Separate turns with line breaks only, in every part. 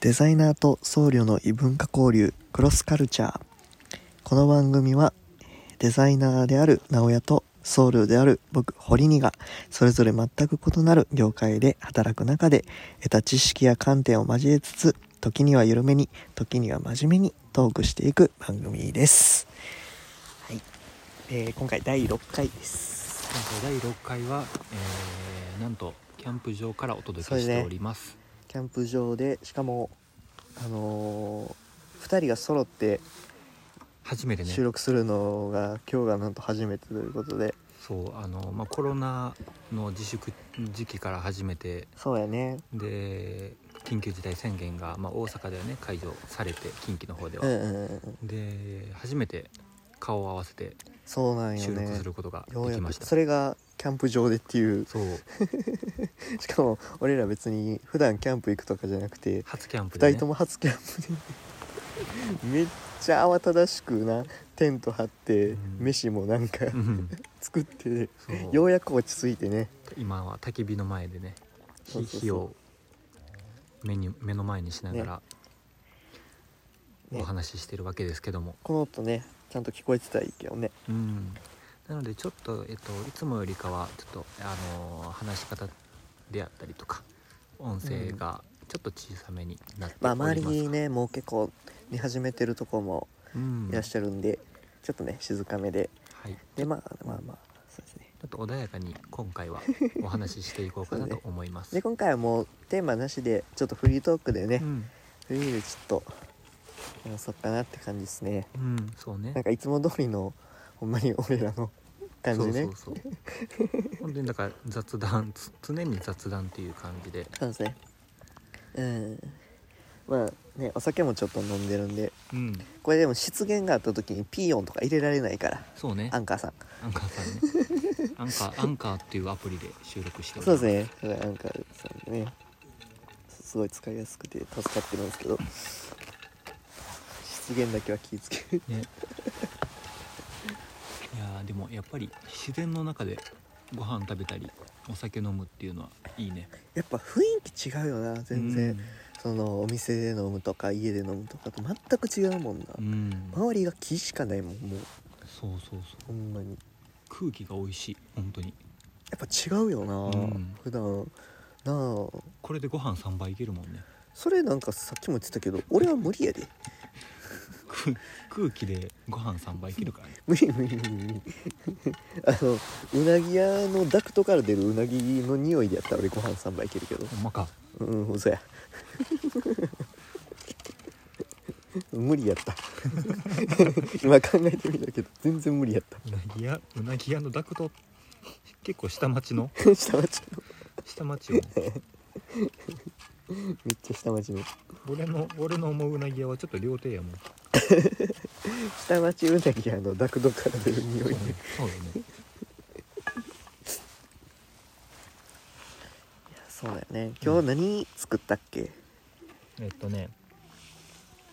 デザイナーと僧侶の異文化交流クロスカルチャーこの番組はデザイナーである直哉と僧侶である僕堀にがそれぞれ全く異なる業界で働く中で得た知識や観点を交えつつ時には緩めに時には真面目にトークしていく番組です、はいえー今回第6回です
今回第6回は、えーなんとキャンプ場からお届
そう
け
です
し
ね
ております、
キャンプ場でしかもあのー、2人が揃って
初めてね
収録するのが今日がなんと初めてということで
そうあの、まあ、コロナの自粛時期から始めて
そうやね
で緊急事態宣言が、まあ、大阪ではね解除されて近畿の方で
うん
は、
うんうんうん
で初めて顔を合わせて
そうなんよ
収録
ね
することが
よう
で
や
き
く
ました
それがキャンプ場でっていう
そう
しかも俺ら別に普段キャンプ行くとかじゃなくて
初キャンプ
2
で、
人と
ね、
も初キャンプで めっちゃ慌ただしくなテント張って
うん
飯もなんか
うん
作って
そう
ようやく落ち着いてね
今は焚き火の前でね火
そうそうそう
火を目に目の前にしながら、
ね
お話ししてるわけですけども、
この音ねちゃんと聞こえてたらいいけどね
うん、なのでちょっと、えっと、いつもよりかはちょっと、あのー話し方であったりとか音声がちょっと小さめになっており
まあ
ますが、
周りにねもう結構見始めてるとこも
うん
いらっしゃるんで、ちょっとね静かめで
はい、ち
でまあまあまあそうですね
ょっと穏やかに今 回はお話ししていこうかなと思います。
で今回はもうテーマなしでちょっとフリートークでね、
うん、
フリーでちょっと話そうかなって感じですね
うん、そうね
なんかいつも通りのほんまに俺らの感じね
そうそうそう本当にだから雑談つ常に雑談っていう感じで、
そうですねうんまあねお酒もちょっと飲んでるんで
うん、
これでも失言があった時にピーヨンとか入れられないから
そうね
アンカーさん
アンカーさんねアンカーアンカーっていうアプリで収録しており
そう
ま
ですすねだからアンカーさんでねすごい使いやすくて助かってるんですけど失言だけは気ぃつける
ねいやーでもやっぱり自然の中でご飯食べたりお酒飲むっていうのはいいね
やっぱ雰囲気違うよな全然、そのお店で飲むとか家で飲むとかと全く違うもんな、
うん、うん
周りが木しかないもんもう
そうそうそう
ほんまにや
空気が美味しい本当に
っぱ違うよな、
うん
普段なあ
これでご飯3杯いけるもんね
それなんかさっきも言ってたけど俺は無理やで
空空気でご飯3杯いけるからね
無理無理無理無理 あのうなぎ屋のダクトから出るうなぎの匂いでやったら俺ご飯3杯いけるけど
ほんまか
うん嘘や 無理やった今考えてみたけど全然無理やった
うなぎ屋うなぎ屋のダクト結構下町の
下町の
下町をね
めっちゃ下町の
俺の俺の思ううなぎ屋はちょっと料亭やもん
下町うなぎあのダクドから出る匂いで
そうだよね
そうだよね今日何作ったっけ
えっとね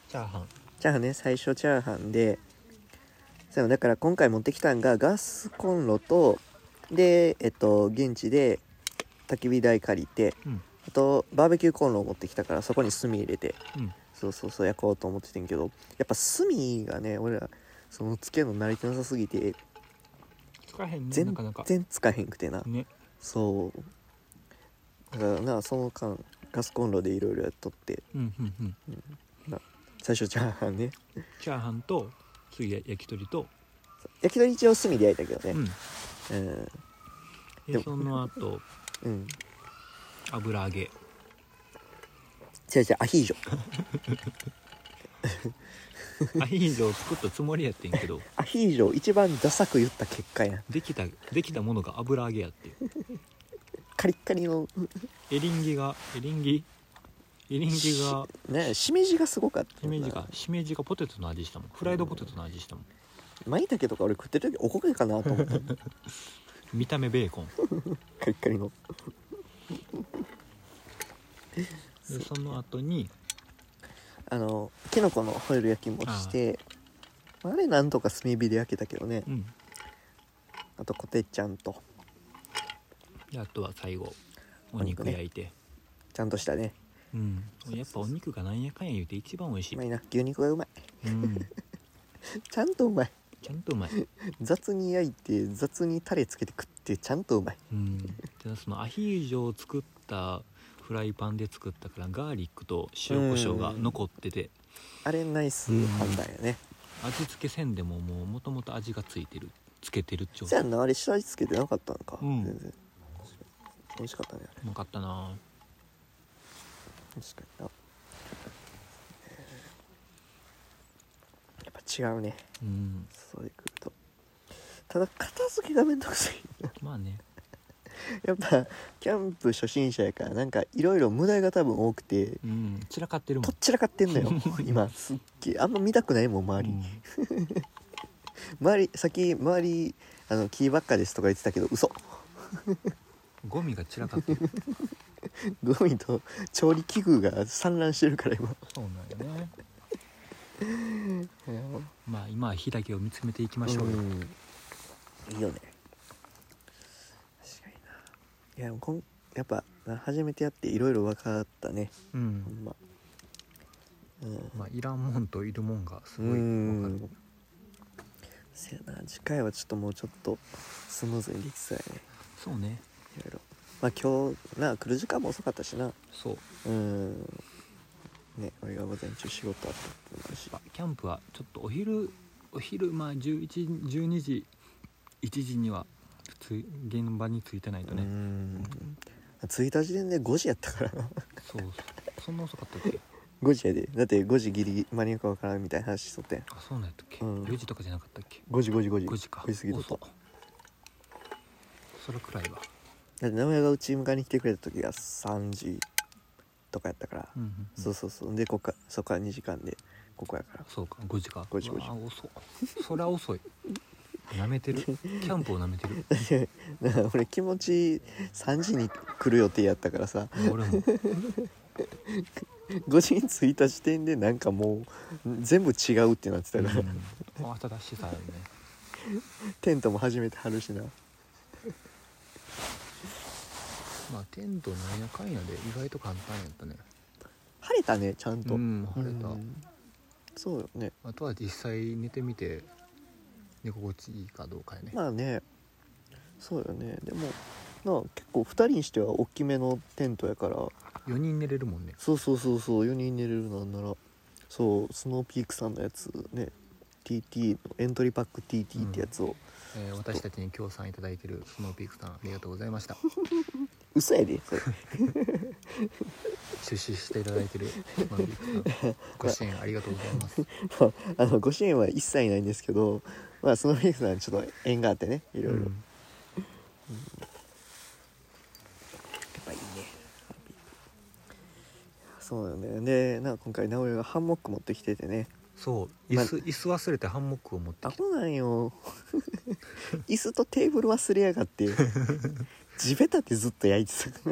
チャーハン
チャーハンね最初チャーハンでそうだから今回持ってきたんがガスコンロとでえっと現地で焚き火台借りて
うん
あとバーベキューコンロを持ってきたからそこに炭入れて
うん
そうそうそう焼こうと思っててんけどやっぱ炭がね俺らそのつけるの慣れてなさすぎて
つかへんね
全
なかなか
然つかへんくてな
ね
そうだからなその間ガスコンロでいろいろやっとって
うんうんうん
最初チャーハンね
チャーハンと次焼き鳥と
焼き鳥一応炭で焼いたけ
う
どね
ん
うんで
で
も
その後
うん
油揚げ
違う違うアヒージョ
アヒージョを作ったつもりやってん けど
アヒージョを一番ダサく言った結果やん
できたできたものが油揚げやって
カリッカリの
エリンギがエリンギエリンギが
ねしめじがすごかった
し
よな
めじがしめじがポテトの味したもんフライドポテトの味したもん
マイタケとか俺食ってる時おこげかなと 思ったカ
見た目ベーコン
リッカリの
でその後に
あのキノコのホイル焼きもしてあれなんとか炭火で焼けたけどね
うん
あとコテッちゃんと
であとは最後
お
お肉
肉ね
焼いて
ちゃんとしたね
うんやっぱお肉がなんやかんや言うて一番美味し
う
い
まいな牛肉がうまい
うん
ちゃんとうまい
ちゃんとうまい
雑に焼いて雑にタレつけて食ってちゃんとうまい
うんでそのアヒージョを作ったフライパンで作ったからガーリックと塩コショウが残ってて
あれナイス判断やね
味付けせんでももうもともと味がついてるつけてる状
じゃあ
態う
なあれ下味つけてなかったのか、
うん
全然美味しかったねあれ
まかったな
確かになえーやっぱ違うね
うん
それ来るとただ片付けがめんどくさい
まあね
やっぱキャンプ初心者やからなんかいろいろ無題が多分多くて
うん散らかってるも
と
ん
っちらかって んのよ今すっげえあんま見たくないもん周り、周り先周りあの木ばっかですとか言ってたけど嘘
うんゴミが散らかってる
ゴミと調理器具が散乱してるから今
そうなんよねまあ今は火だけを見つめていきましょうよ
んいいよね確かにないやでもこんやっぱな初めてやっていろいろ分かったね
う
ほ
ん
んまうん
まあいらんもんといるもんがすごいわ
うん
かる
せやな次回はちょっともうちょっとスムーズにできそうやね
そうね
いろいろまあ今日な来る時間も遅かったしな
そう
うんね俺が午前中仕事あったっていうのもあるし
やっぱキャンプはちょっとお昼お昼まあ11 12時1時には普通現場に着いてないとね、
うん着いた時点で5時やったからな
そうそうそんな遅かったっけ
5時やでだって5時ギリ間に合うか分からんみたいな話しとったやん
あそうなんやったっ
う
け、
ん
4時とかじゃなかったっけ
5時5時5時
5時か
5時過ぎとった
遅それくらいは
だって名古屋がうち迎えに来てくれた時が3時とかやったから、
うんうんうん、
そうそうそうでこっからそこから2時間でここやから
そうか5時か
5時
うわ
5時
あ遅いそりゃ遅いな めてるキャンプをなめてる
だから俺気持ち3時に来る予定やったからさ
俺 も
5時に着いた時点でなんかもう全部違うってなってたから、
うん慌ただしさあるね
テントも初めて張るしな
まあテントなんやかんやで意外と簡単やったね
晴れたねちゃんと、
うん晴れた、
うんそうよね
あとは実際寝てみて寝心地いいかどうかやね、
まあねそうよねでもな結構2人にしては大きめのテントやから
4人寝れるもんね
そうそうそうそう4人寝れるなんならそうスノーピークさんのやつね TT のエントリーパック TT ってやつを、
えー私たちに協賛いただいてるスノーピークさんありがとうございました
嘘やでそれ
出資していただいてるスノーピークさんご支援ありがとうござ います
まああのご支援は一切ないんですけどまあスノーピークさんちょっと縁があってねいろいろ、
う
や
ん
っぱいいねそうなんだよねなんか今回直江がハンモック持ってきててね
そう椅子椅子忘れてハンモックを持って
ア
きた
ホなん よ椅子とテーブル忘れやがって地べたってずっと焼いてたか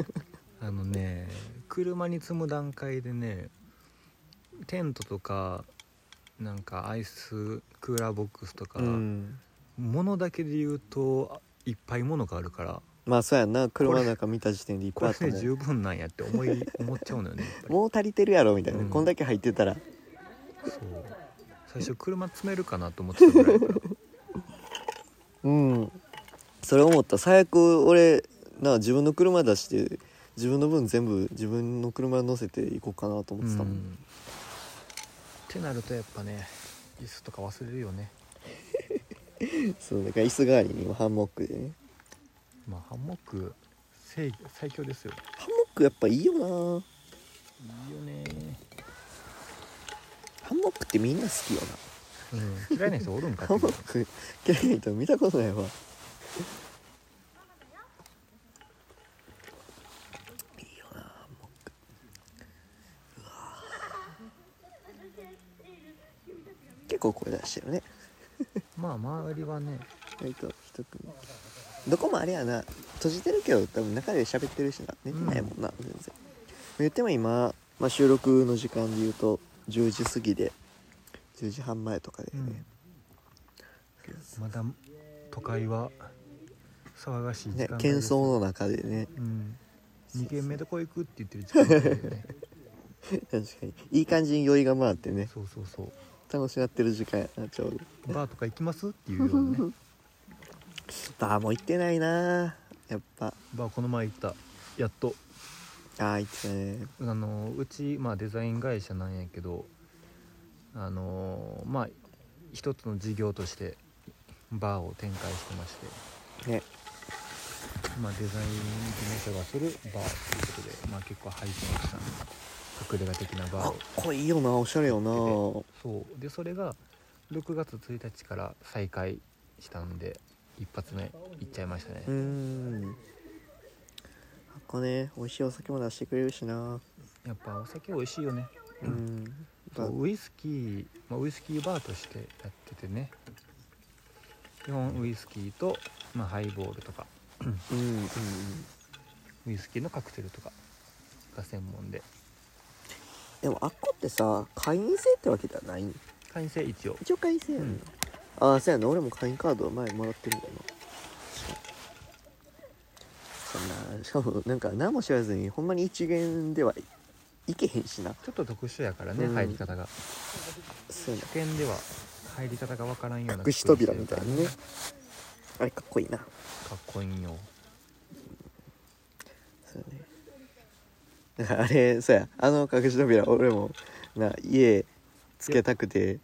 ら
あのね車に積む段階でねテントとかなんかアイスクーラーボックスとか、
うん
物だけで言うとあいっぱい物があるから
まあそうやんな車の中見た時点でいっ
こ
ぱいあっ
れ
た
で
もん
十分なんやって 思い思っちゃうのよねやっぱり
もう足りてるやろみたいな、
うん
こんだけ入ってたら
そう最初車詰めるかなと思ってたぐらいやから
うんそれ思った最悪俺な自分の車出して自分の分全部自分の車に乗せていこうかなと思
う
ってたもん、
んってなるとやっぱね椅子とか忘れるよね
そうだから椅子代わりに今ハンモックでね
まあハンモック最最強ですよ
ハンモックやっぱいいよない
いよね
ハンモックってみんな好きよ
うん嫌いな人おるん
な
か
ハ
っ
ン
て
モ
いう
ックキャリーと見たことないわ結構声出してるね
まあ周りはね
割と一組どこもあれやな閉じてるけど多分中で喋ってるしな寝てないもんな、全然言っても今、まあ、収録の時間で言うと10時過ぎで10時半前とかでね、
まだ都会は騒がしい時
ね
間帯
喧
ですよ
騒の中でね
うん、2軒目どこ行くって言ってる時間帯だよね
確かにいい感じに酔いが回ってね
そうそうそう
楽しなってる時間やなちょうど
バーとか行きますっていうようなね
バーも行ってないなやっぱ
バーこの前行ったやっと
ああ行ってたね
あのうち、まあ、デザイン会社なんやけどあのまあ一つの事業としてバーを展開してまして
ね
まあ、デザイン事務所がするバーということで、まあ、結構ハイセンスな隠れ家的なバー
かっ
を
こいいよなおしゃれよな
そうでそれが6月1日から再開したんで一発目行っちゃいましたね、
うーん箱ね美味しいお酒も出してくれるしな
やっぱお酒美味しいよね
うん
そうウイスキー、まあ、ウイスキーバーとしてやっててね基本ウイスキーと、まあ、ハイボールとか
うんうんうん
ウイスキーのカクテルとかが専門で
でもあっこってさ会員制ってわけではないん
会員制一応
一応会員制やんな、
うん
ああそうやな俺も会員カード前もらってるんだよなそんなしかもなんか何も知らずにほんまに一元ではいけへんしな
ちょっと特殊やからね、
うん
入り方が
そうや
保険では入り方がわからんよう
な
な
隠し扉みたいなねあれかっこいいな
かっこいいんよ
そうやねあれそうやあの隠し扉俺もな家つけたくて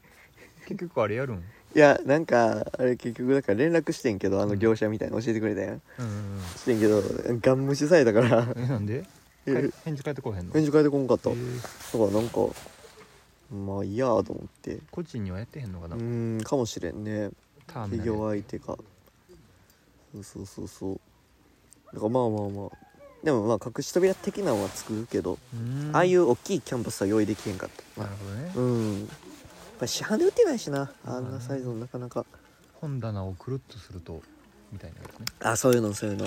結局あれやるん
いやなんかあれ結局だから連絡してんけどあの業者みたいなの教えてくれたやん
うんうん
してんけどガン無視されたから
うんえなんで
え
返返事返ってこうへんの
返事返ってこんかった
え
だか
ー
らなんかまあいいやと思って
個人にはやってへんのか
う
な、
ーんかもしれんね
ター
企
ミナル
業相手かそうそうそうそうだからまあまあまあでもまあ隠し扉的なのは作るけど、
うん
ああいう大きいキャンパスは用意できへんかった
なるほどね、
うんやっぱ市販で売ってないしなあんなサイズのなかなか
本棚をくるっとするとみたいなやつね
あそういうのそういうの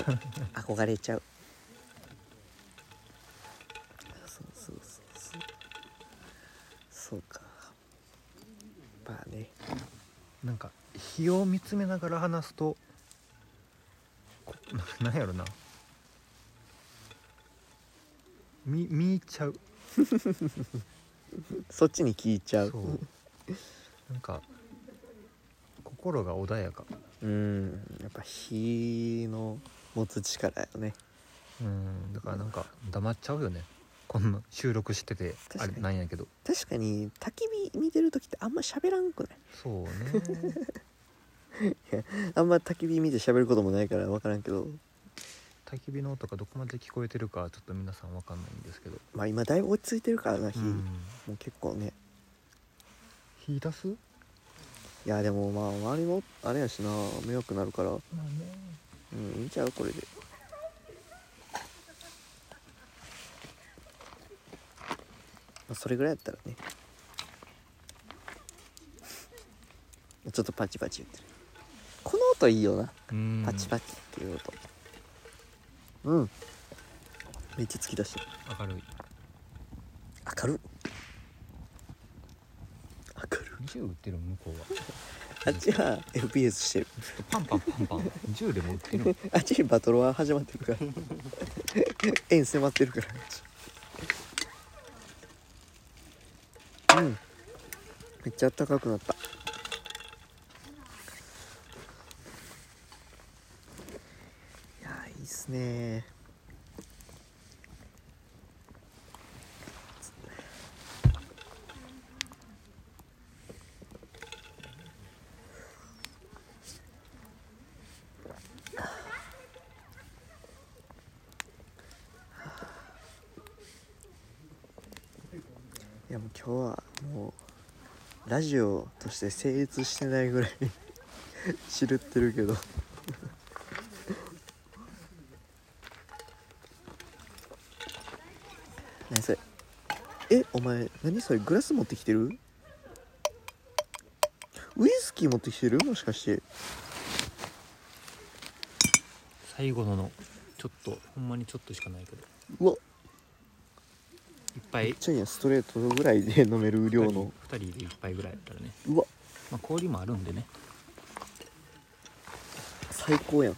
憧れちゃうそうそうそうそうそうかまあね
なんか日を見つめながら話すとこ ななんやろな見見入っちゃう
そっちに聞いちゃう
そうなんか心が穏やか
うんやっぱ火の持つ力よね
うんだからなんか黙っちゃうよねこんな収録しててあ
確か
れ
に
なんやけど
確かに焚き火見てる時ってあんま喋らんくない
そう ね
あんま焚き火見て喋ることもないから分からんけど
焚き火の音がどこまで聞こえてるかちょっと皆さんわかんないんですけど、
まあ今だいぶ落ち着いてるからな火、
うん
もう結構ね
火出す
いやでもまあ周りのあれやしな迷惑なるから
まあね
うんいいんちゃうこれでまあそれぐらいやったらねちょっとパチパチ言ってるこの音いいよな
うん
パチパチっていう音うん、めっちゃ突き出してる
明るい
明るっ明るっ
銃撃ってる向こうは
あっちは FPS してる
パンパンパンパン銃でも撃ってる
あっちにバトルは始まってるから縁迫ってるからあっちうんめっちゃ暖かくなったいやーいいっすねいやもう今日はもうラジオとして成立してないぐらい 知るってるけど 何それえお前何それグラス持ってきてるウイスキー持ってきてるもしかして
最後ののちょっとほんまにちょっとしかないけど
うわ
いっぱい
ちょいやんストレートぐらいで飲める量の
2人で1杯ぐらいやったらね、
うわ
まあ、氷もあるんでね
最高やん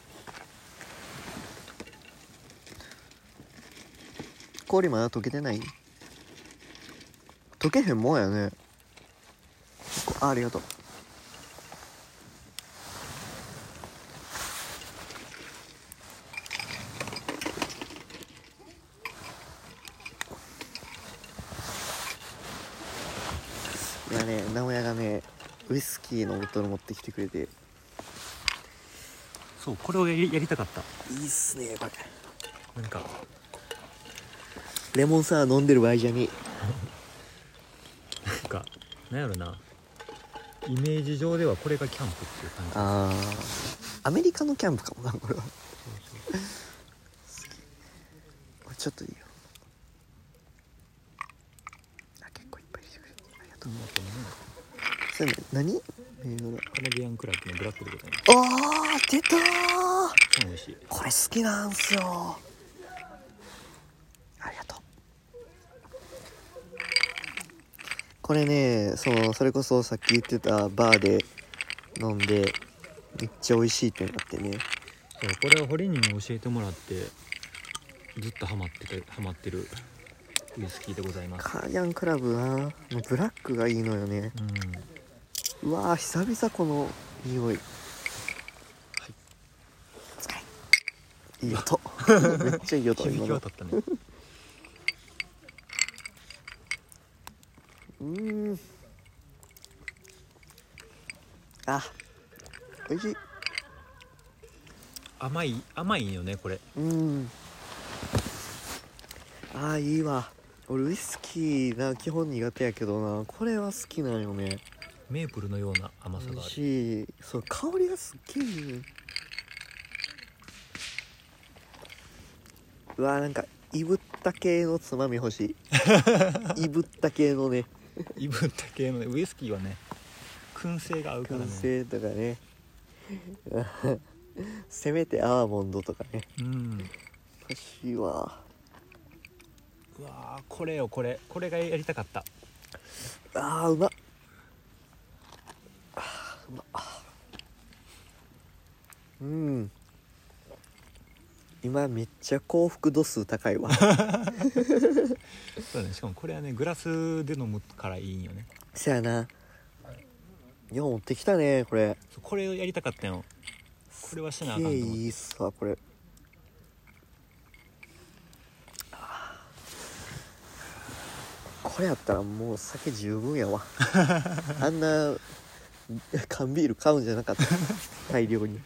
氷まだ溶けてない溶けへんもんやねこあありがとういやね直哉がねウイスキーのボトル持ってきてくれてい
そうこれをやりやりたかった
いっすねこれ
なんか
レモンサワー飲んでる場合じゃねえ
なんかなんやろなイメージ上ではこれがキャンプっていう感じ
あーアメリカのキャンプかもなこれはこれちょっといいよあ結構いっぱいしてくれてありがとうそれ何銘柄
カナディアンクラブのブラックでございます
あー出たー
超美味しい
これ好きなんすよありがとうこれねそのそれこそさっき言ってたバーで飲んでめっちゃ美味しいってなってね
そうこれは堀にも教えてもらってずっとハマっててハマってるウイスキーでございます
カーディアンクラブなもうブラックがいいのよね
うん
うわー久々この匂い使いいい音めっちゃいい音
響
今
き
の
渡ったね
うーんあ美味しい
甘い甘いよねこれ
うんああいいわ俺ウイスキーな基本苦手やけどなこれは好きなんよね
メープルのような甘さ
美味
がある
しいそう香りがすっげえいいねうわーなんかいぶった系のつまみ欲しいいぶった系のね
いぶった系のねウイスキーはね燻製が合うから
燻
ね
製とかね せめてアーモンドとかね
うん
欲しいわ
うわーこれよこれこれがやりたかった
あーうまっあーうまっうん今めっちゃ幸福度数高いわ
そうだねしかもこれはねグラスで飲むからいいんよね
せやなよう持ってきたねこれ
そうこれをやりたかったよこれはしなあかん
い
と
やい
思って
いっすわこれあーこれやったらもう酒十分や わあんな缶ビール買うんじゃなかった大量に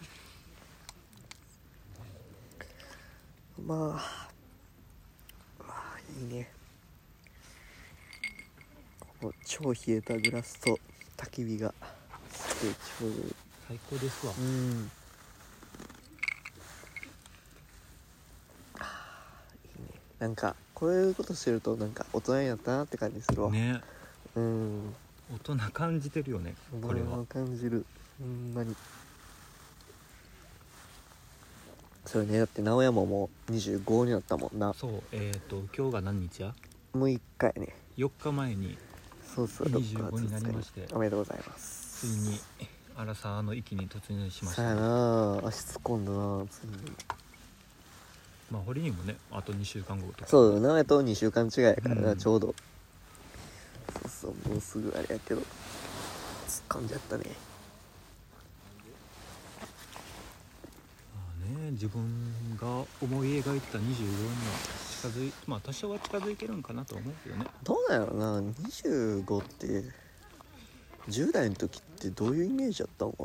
まあまあいいねこの超冷えたグラスと焚き火がすごいちょうどいい
最高ですわ
うんなんかこういうことしてるとなんか大人になったなって感じするわ、
ね
うん
大人感じてるよねこれは
を感じるほんまにそれねだって直哉ももう25になったもんな
そうえっ、と今日が何日や
6日やね
4日前に
そうそう
25
6月
になりま
2
し
日
て
におめでとうございます
ついにアラサーの域に突入しまし
さや
たま
なあ足突っ込んだなついに
あ堀にもねあと2週間後とか
そう名前と2週間違いやからな、
うん
ちょうどそうそうもうすぐあれやけど突っ込んじゃったね
まあね自分が思い描いてた25には近づいまあ多少は近づいてるんかなとは思うけどね
どうなんやろな25って10代の時ってどういうイメージだったのか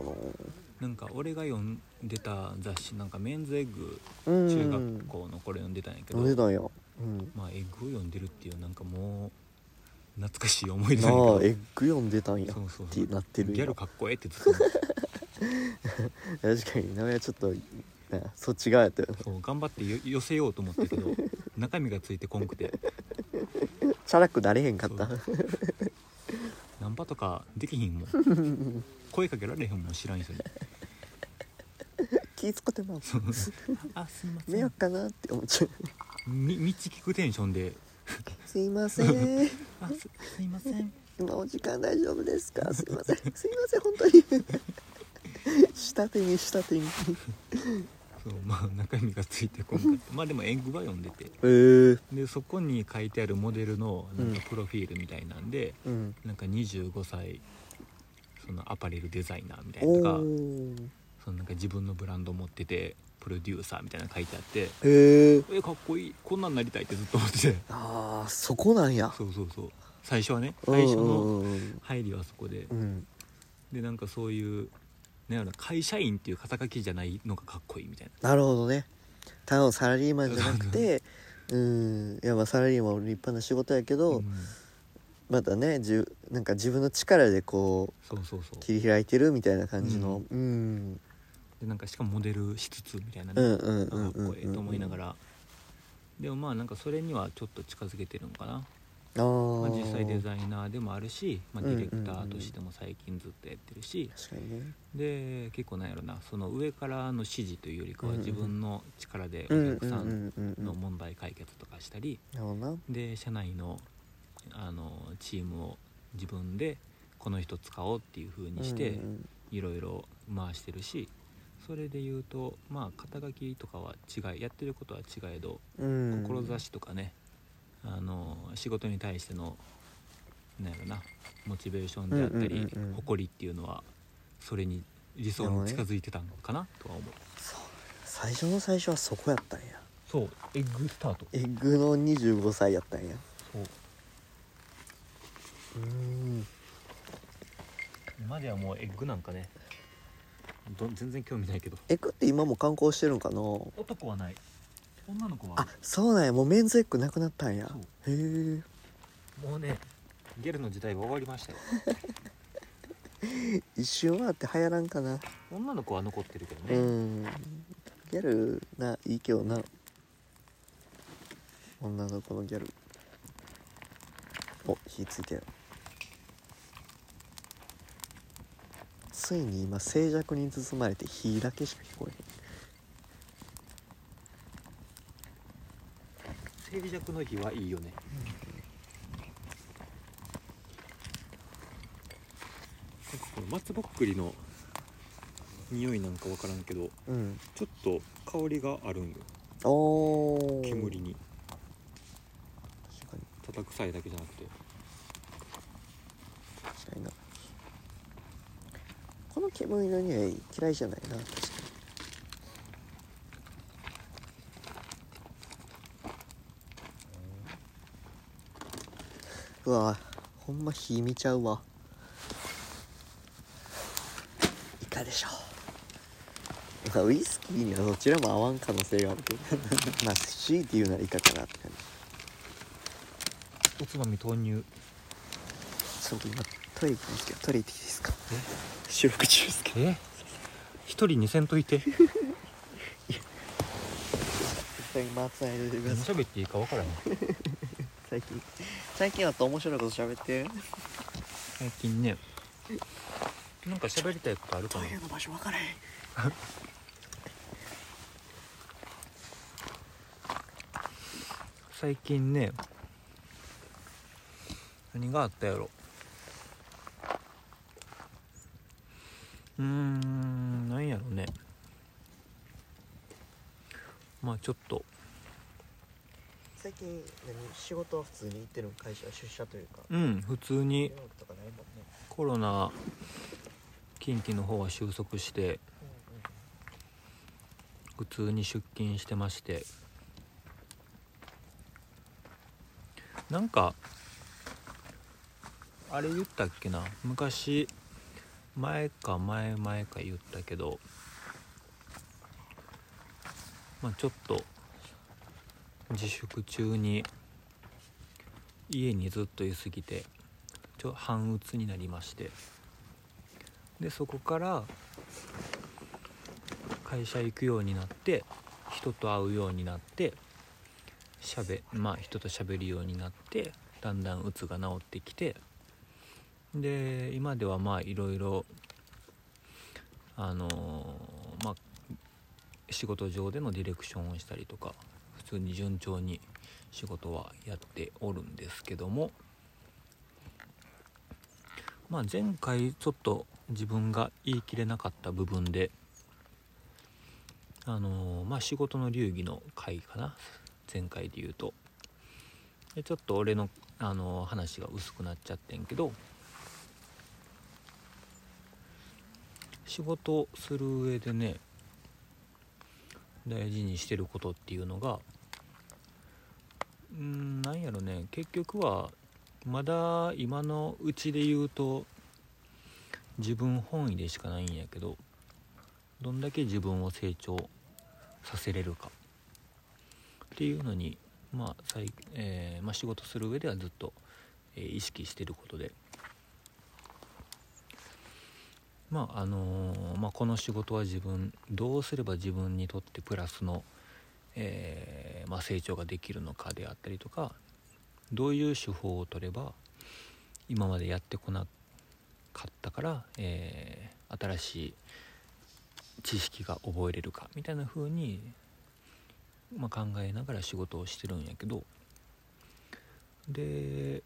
な
なんか俺が読んでた雑誌なんか「メンズエッグ」
うん
中学校のこれ読んでたんやけど、
お値段やうん
まあエッグを読んでるっていうなんかもう懐かしい思い出
なあ
なんや
エッグ読んでたん
けど
や
そうそう
っ
そう
てなってる
ギャ
よ
ルかっこええってずっと思って
確かに名前はちょっとなそっち側やったよ
そう頑張ってよ寄せようと思ったけど中身がついてこんくて
チャラくなれへんかった
そナンパとかできひんもん 声かけられへんもん知らん人に
気使ってまう
あすいませ
迷
ん
惑かなって思っちゃう
み道聞くテンションです
いません
あすすいません
今お時間大丈夫です かすい ませんすいません本当に下手に下手に
そうまあ中身がついてこんかったまあでも英語は読んでて
えー、
でそこに書いてあるモデルのなんかプロフィールみたいなんで、
うん
なんか25歳そのアパレルデザイナーみたい
お
なのが
ー
そのなんか自分のブランド持っててプロデューサーみたいなの書いてあって
えー、
えかっこいいこんなんなりたいってずっと思って て
ああそこなんや
そうそうそう最初はね最初の
うんうん
入りはそこで
うんうん
でなんかそういうなんやろな会社員っていう肩書きじゃないのがかっこいいみたいな
なるほどねただのサラリーマンじゃなくてうんいやまあサラリーマンも立派な仕事やけど、
うん
またねじゅなんか自分の力でこ
そうそうそう
う切り開いてるみたいな感じの、うん、
でなんかしかもモデルしつつみたいな、ね
うんうんうんうん
あかっこええと思いながらでもまあなんかそれにはちょっと近づけてるのかな、
あー
まあ、実際デザイナーでもあるし、まあ、
う
デ
ん
ィ
うんうん
レクターとしても最近ずっとやってるし、
確かにね
で結構なんやろなその上からの指示というよりか
う
は
んうんうん
自分の力で
うん
お
うん
客
う
さん
んうんうん
の問題解決とかしたり
なるほどな
で社内のあのチームを自分でこの人使おうっていう風にして、
うんうん
いろいろ回してるしそれで言うとまあ肩書きとかは違いやってることは違えど
うん、
志とかね、あの仕事に対してのなんやろなモチベーションであったり、
うんうんうんうん
誇りっていうのはそれに理想に近づいてたのかなとは思う
最初の最初はそこやったんや
そうエッグスタート
エッグの25歳やったんや
そう
うん
今ではもうエッグなんかねど全然興味ないけど
エッグって今も観光してるんかな
男はない女の子は
あそうなんやもうメンズエッグなくなったんや
そう
へえ
もうねゲルの時代は終わりましたよ
一瞬はあって流行らんかな、
女の子は残ってるけど
う
ね、
んギャルないいけどな女の子のギャルお火ついたよついに今静寂に包まれて火だけしか聞こえ
静寂の日はいいよねなんかこの松ぼっくりの匂いなんかわからんけど
へんうん
ちょっと香りがあるんよ
おー
煙に
確かに
叩く際だけじゃなくて
確かになこの煙の匂い嫌いじゃないな確かにうわほんま火見ちゃうわいかでしょうまあウイスキーにはどちらも合わん可能性があるけど まあ C っていうならイカかなって感じ
おつまみ投入
ちょっと今トイレ行きますけどトイレ行ってきていいですか
え
収録中ですけど
え一人にせんといて
最近回さないでくだ
何
さい
喋っていいかわからん
最近最近はと面白いこと喋って
最近ねなんか喋りたいことあるかな
の場所分からへん
最近ね何があったやろうーん何やろねまあちょっと
最近何仕事は普通に行ってるの会社出社というか
うん普通
ニ
に
ューヨークとかないもんね
コロナ近畿の方は収束して普通に出勤してましてなんかあれ言ったっけな昔前か前前か言ったけどまあちょっと自粛中に家にずっといすぎてちょ半うつになりましてでそこから会社行くようになって人と会うようになってしゃべまあ人と喋るようになってだんだん鬱が治ってきてで今ではまあいろいろあのーまあ仕事上でのディレクションをしたりとか普通に順調に仕事はやっておるんですけどもまあ前回ちょっと自分が言い切れなかった部分でああのーまあ仕事の流儀の回かな前回で言うとでちょっと俺の、あのー話が薄くなっちゃってんけど仕事をする上でね大事にしてることっていうのがうーんなんやろね結局はまだ今のうちで言うと自分本位でしかないんやけどどんだけ自分を成長させれるかっていうのに、まあ最えーまあ、仕事する上ではずっと、えー意識してることで。まああのーまあ、この仕事は自分どうすれば自分にとってプラスの、えーまあ、成長ができるのかであったりとかどういう手法を取れば今までやってこなかったから、えー新しい知識が覚えれるかみたいな風にまあ、考えながら仕事をしてるんやけどで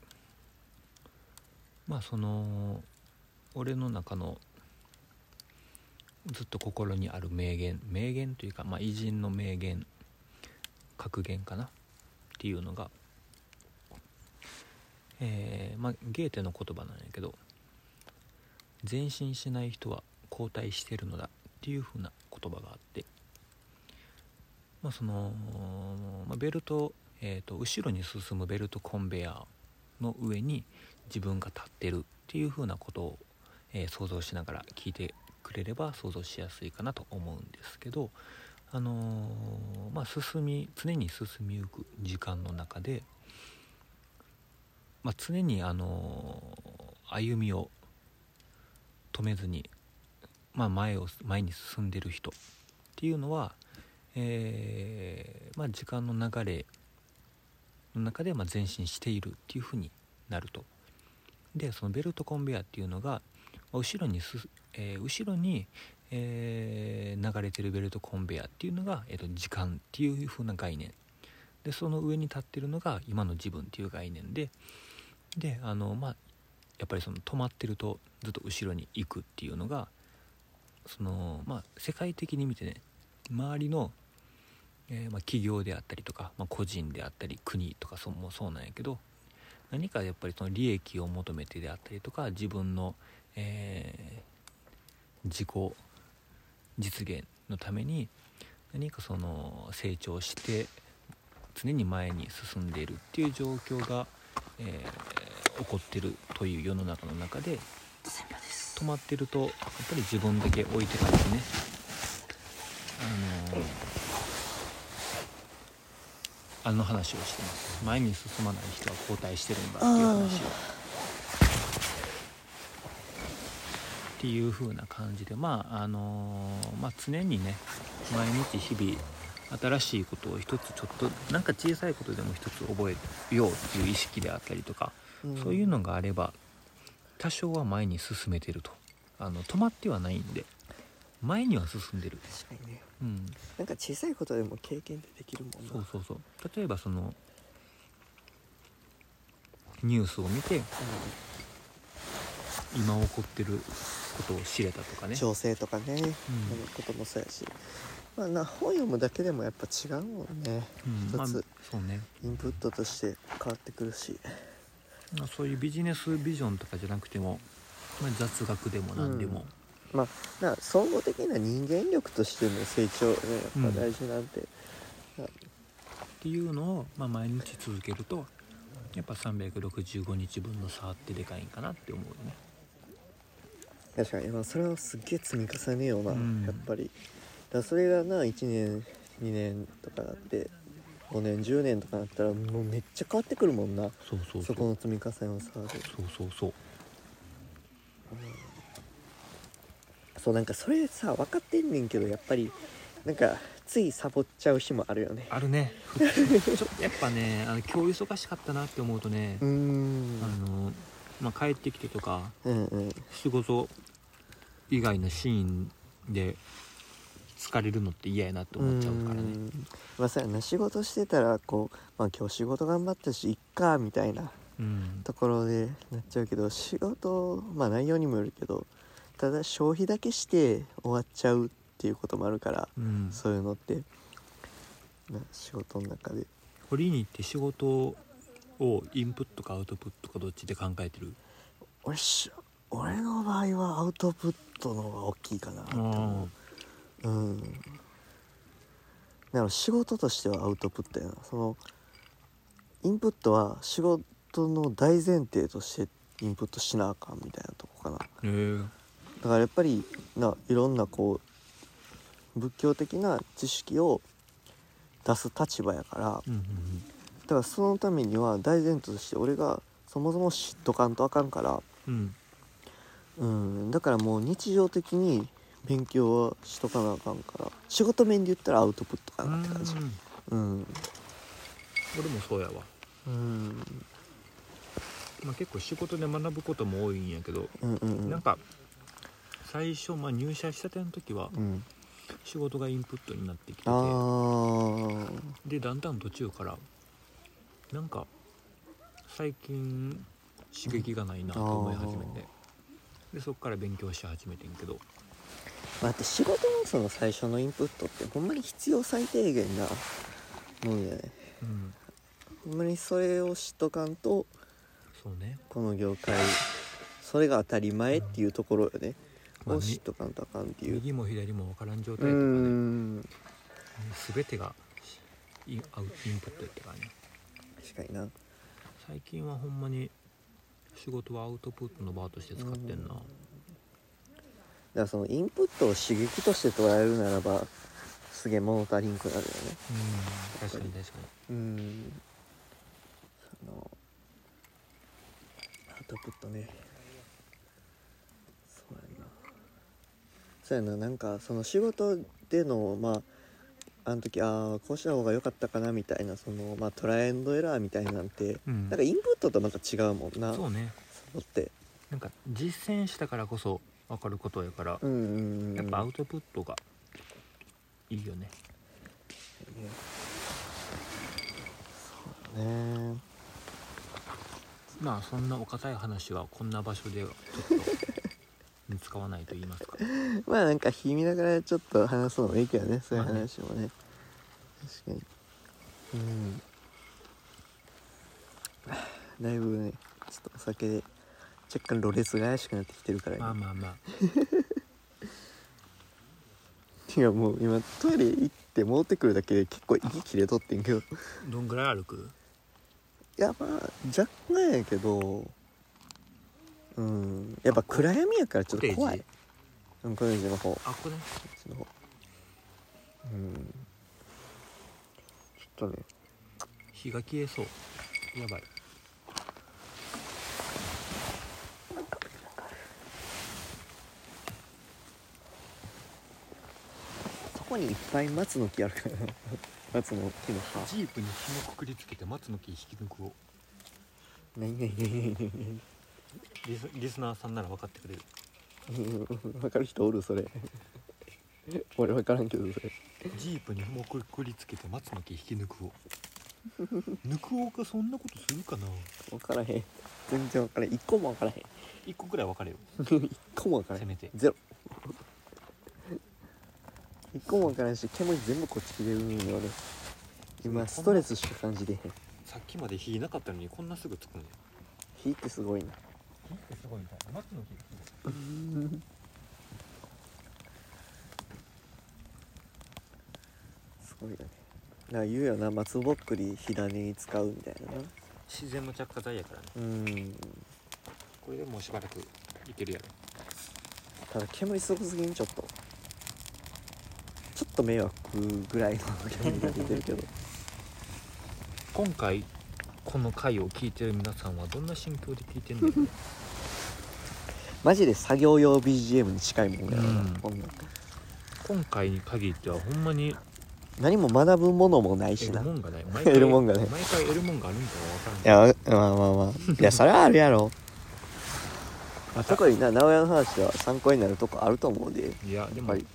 まあその俺の中のずっと心にある名言名言というか、まあ、偉人の名言格言かなっていうのが、えーまあ、ゲーテの言葉なんやけど「前進しない人は後退してるのだ」っていうふうな言葉があって、まあそのまあ、ベルト、えー、と後ろに進むベルトコンベヤーの上に自分が立ってるっていうふうなことを、えー想像しながら聞いてくれれば想像しやすいかなと思うんですけど、あのーまあ、進み常に進みゆく時間の中で、まあ、常に、あのー歩みを止めずに、まあ、前を前に進んでる人っていうのは、えーまあ、時間の流れの中で、まあ、前進しているっていうふうになると。でそのベルトコンベヤーっていうのがまあ後ろにす、えー後ろに、えー流れてるベルトコンベヤーっていうのが、えーと時間っていう風な概念でその上に立ってるのが今の自分っていう概念でであのまあやっぱりその止まってるとずっと後ろに行くっていうのがそのまあ世界的に見てね周りの、えーまあ、企業であったりとか、まあ、個人であったり国とかそもそうなんやけど何かやっぱりその利益を求めてであったりとか自分の、えー自己実現のために何かその成長して常に前に進んでいるっていう状況が、えー起こってるという世の中の中で止まってるとやっぱり自分だけ置いてかれてねあのーあの話をしてます前に進まない人は後退してるんだっていう話をっていう風な感じでまああのーまあ常にね毎日日々新しいことを一つちょっとなんか小さいことでも一つ覚えようっていう意識であったりとか、
ん
そういうのがあれば多少は前に進めてるとあの止まってはないんで前には進んでる、
確かにね
うん、
なんか小さいことでも経験でできるもんな
そうそうそう例えばそのニュースを見て今起こってることを知れたとかね
調整とかね、そのこともそうやし、まあ、な本読むだけでもやっぱ違うもんね
うん
一
まあ、そ
つ
うね
インプットとして変わってくるし
まあそういうビジネスビジョンとかじゃなくても、まあ、雑学でも何でも、
まあな総合的な人間力としての成長ねやっぱ大事なんて、
っていうのを、まあ、毎日続けるとやっぱ365日分の差ってでかいんかなって思うよね
確かにまあそれはすっげえ積み重ねような、
うん
やっぱりだからそれがな1年2年とかなって5年10年とかなったらもうめっちゃ変わってくるもんな
そうそうそ
そうこの積み重ねの差で
そうそうそう
そうなんかそれさ分かってんねんけどやっぱりなんかついサボっちゃう日もあるよね
あるね ちょっとやっぱねあの今日忙しかったなって思うとね、
うーん
あのまあ、帰ってきてとか
うんうん
仕事以外のシーンで疲れるのって嫌やなって思っちゃうか
ー
らね
んまあさやな仕事してたらこう、まあ、今日仕事頑張ったしいっかみたいな
うん
ところでなっちゃうけど仕事まあ内容にもよるけどただ消費だけして終わっちゃうっっていうこともあるから、
うん、
そういうのって、まあ仕事の中で
堀に行って仕事をインプットかアウトプットかどっちで考えてる
おいし俺の場合はアウトプットの方が大きいかなって思ううんだから仕事としてはアウトプットやなそのインプットは仕事の大前提としてインプットしなあかんみたいなとこかな
へえ
だからやっぱりないろんなこう仏教的な知識を出す立場やから
うんうん
だからそのためには大前提として俺がそもそも知っとかんとあかんから
うん
うんだからもう日常的に勉強はしとかなあかんから仕事面で言ったらアウトプットか
うん
なって感じ
うん
うん
俺もそうやわ、
うん
まあ、結構仕事で学ぶことも多いんやけど、
うんうんうん
なんか最初、まあ、入社したての時は
うん
仕事がインプットになってきてて
あー
でだんだん途中からなんか最近刺激がないなと思い始め
うんあ
てでそっから勉強し始めてんけど
だって仕事のその最初のインプットってほんまに必要最低限なもんじゃない
うん
ほんまにそれを知っとかんと
そうね
この業界それが当たり前っていうところよね、
まあ
を
み
知っとかんとあかんっていう
右も左も分からん状態
う
とかね
ん
全てがインアウインプットやったからね
確かにな
最近はほんまに仕事はアウトプットの場として使ってん
うん
な
だからそのインプットを刺激として捉えるならばすげえ物足りんくなるよね
確かに確か
うんそのアウトプットねそうやなそうやななんかその仕事でのまああの時ああこうした方が良かったかなみたいなそのまあトライアンドエラーみたいなんて
に、うん
なんかインプットとまた違うもんな
そうね
そうって
なんか実践したからこそ分かることやから、
うんうんうん
やっぱアウトプットがいいよね
ねそうだね
まあそんなお堅い話はこんな場所ではちょっと見つかわないと言いますか
まあなんか日見ながらちょっと話すのもいいけどねそういう
まあね
話もね確かにうんだいぶねちょっとお酒で若干ろれつが怪しくなってきてるから、
まあまあまあ
ていうかもう今トイレ行って戻ってくるだけで結構息切れとってんけどい
どんぐらい歩く
やまあ若干やけどうんやっぱ暗闇やからちょっと怖いうんコテージの方
あこれ
こっちの方うんちょっとね
火が消えそうやばい
そこにいっぱい松の木あるからな松の木の葉
ジープに紐くくりつけて松の木引き抜くを
何何何何
リスリスナーさんなら分かってくれる
何何分かる人おるそれ俺分からんけどそれ
ジープに紐くくりつけて松の木引き抜 くを抜くおがそんなことするかな
分からへん全然分からへん一個も分からへん
一個くらい分かれよ
一個も分からへ
せ
ん
めて
ゼロ一個も分からんし煙全部こっち切れるんよ俺今ストレスしか感じてへん
さっきまで火なかったのにこんなすぐつくんだよ
火ってすごいな
火ってすごいな松の木がすごい
すごいよねなんか言うよな松ぼっくり火種に使うみたいなな
自然の着火剤やからね
うん
これでもうしばらくいけるやろ
ただ煙すごすぎんちょっとちょっと迷惑ぐらいの煙が出てる けど
今回この回を聞いてる皆さんはどんな心境で聞いてん の
マジで作業用 BGM に近いもんやろな、
うん
こんなん
今回に限ってはほんまに
何も学ぶものもない
得
し
る
な
もんがない 毎
得るもんがない
毎回得るもんがあるんかは分
い
からん
やまあまあまあいやそれはあるやろ
また
特にな直屋の話は参考になるとこあると思うで
いやでも
やっぱり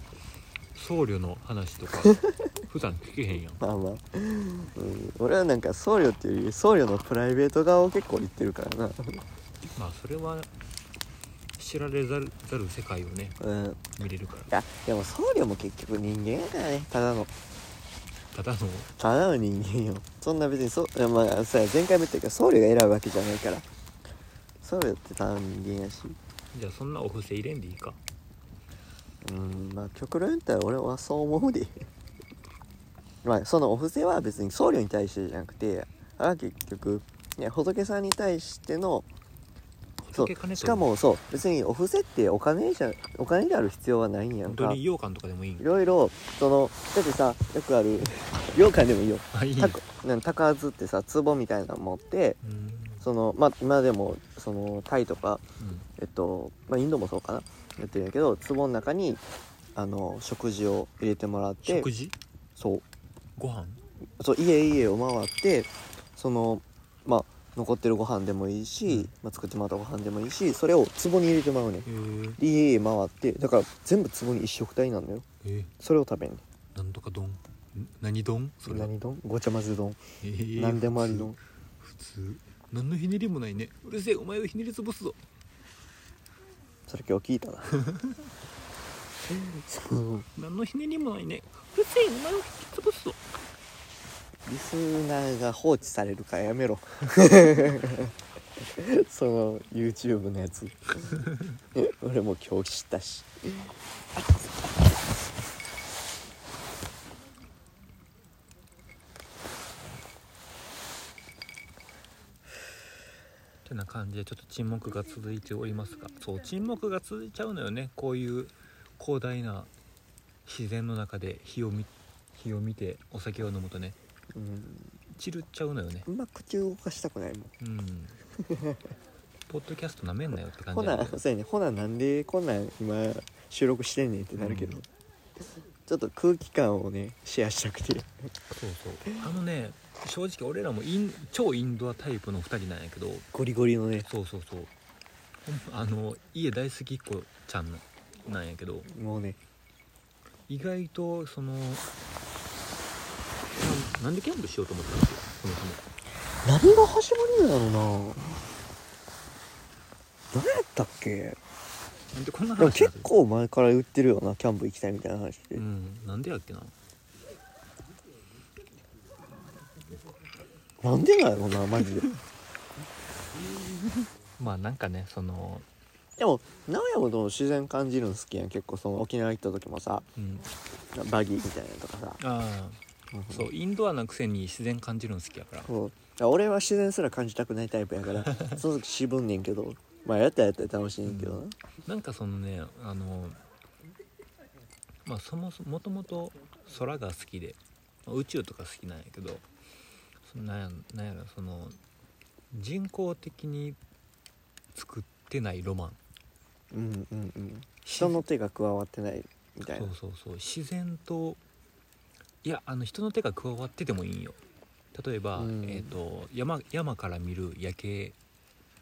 僧侶の話 とか普段聞けへんやん
まあまあ、うん、俺はなんか僧侶っていうより僧侶のプライベート側を結構言ってるからな
まあそれは知られざるざる世界をね
うんい
見れるから
やでも僧侶も結局人間やからねただの
ただの
ただの人間よそんな別にそまあさ前回も言ったけど僧侶が選ぶわけじゃないから僧侶ってただの人間やし
じゃあそんなお布施入れんでいいか
うんまあ極論言ったら俺はそう思うでまあそのお布施は別に僧侶に対してじゃなくてあれは結局ね仏さんに対してのそう
仏金と
しかもそう別にお布施ってお金じゃお金である必要はないんやん
本
か
当
い
に羊羹とかでもいいん
ろいろそのだってさよくある羊羹でもいいよ
あいいん
たこなん高はずってさ壺みたいなの持って
うん
そのまあ今でもそのタイとか
うん
えっと、まあ、インドもそうかなやってるんやけど壺の中にあの食事を入れてもらって
食事
そう
ご飯
そう家家を回ってそのまあ残ってるご飯でもいいし、まあ、作ってもらったご飯でもいいしそれを壺に入れてもらうねん
へー
で家々回ってだから全部壺に一食体なんだよ
えー
それを食べんねん
なんとか丼ん何丼それは
何丼ごちゃ混ぜ丼
えー
何でもあり丼
普通何のひねりもないねうるせえお前をひねり潰すぞ
それ今日聞い たなそう
何のひねりもないねうるせえお前をひねり潰すぞ
リスナーが放置されるからや めろその YouTube のや つ俺も今日知ったし
てな感じでちょっと沈黙が続いておりますがそう沈黙が続いちゃうのよねこういう広大な自然の中で火を見火を見てお酒を飲むとね
うん
散るっちゃうのよね
うまく口動かしたくないもん
うんポッドキャストなめんなよって感
ほ
じだ
な
けど
そうやねほななんでこんなん今収録してんねんってなるけど、
うん
ちょっと空気感をねシェアしたくて
そうそうあのね正直俺らもイン超インドアタイプの2人なんやけど
ゴリゴリのね
そうそうそうほんあの家大好きっ子ちゃんなんやけど
もうね
意外とそのななんでキャンプしようと思ったんですよそもそも
何が始まりなんやろうな何やったっけ
なんでこんな
でも
話に
結
なってる
構前から言ってるよなキャンプ行きたいみたいな話で、
うんなんでやっけな
なんでなんやろうなマジで
まあなんかねその、
でも名古屋もどう自然感じるの好きやん結構その沖縄行った時もさ
うん、
バギーみたいなのとかさ
ああそうインドアなくせに自然感じるの好きやから
そうだから俺は自然すら感じたくないタイプや からその時渋んねんけどまあやったらやったら楽しいねんけどな、
なんかそのねあのまあそもそもともと空が好きでまあ宇宙とか好きなんやけどそのなんやなんやろその人工的に作ってないロマン
うんうんうん人の手が加わってないみたい
そ
な
うそうそう自然といやあの人の手が加わっててもいいんよ例えば、
うん
えー、と山山から見る夜景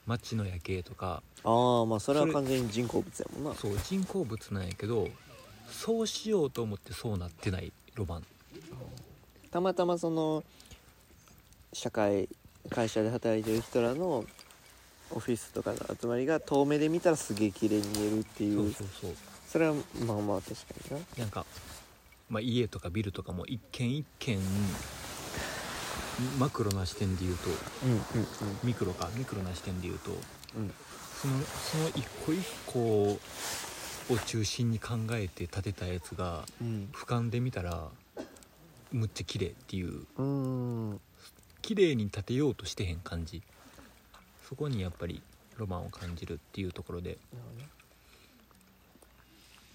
街の夜景とか
ああまあそれは
それ
完全に人工物やもんな
そう人工物なんやけどそうしようと思ってそうなってないロマン
たまたまその社会会社で働いてる人らのオフィスとかの集まりが遠目で見たらすげえ綺麗に見えるってい
そううそうそう
それはまあまあ確かにな
なんか、まあ、家とかビルとかも一軒一軒マクロな視点で言うと
うんうん
ミクロかミクロな視点で言うと
うんうん
そのその一個一個を中心に考えて建てたやつが
うん
俯瞰で見たらむっちゃ綺麗っていう
うーん
綺麗に建てようとしてへん感じそこにやっぱりロマンを感じるっていうところで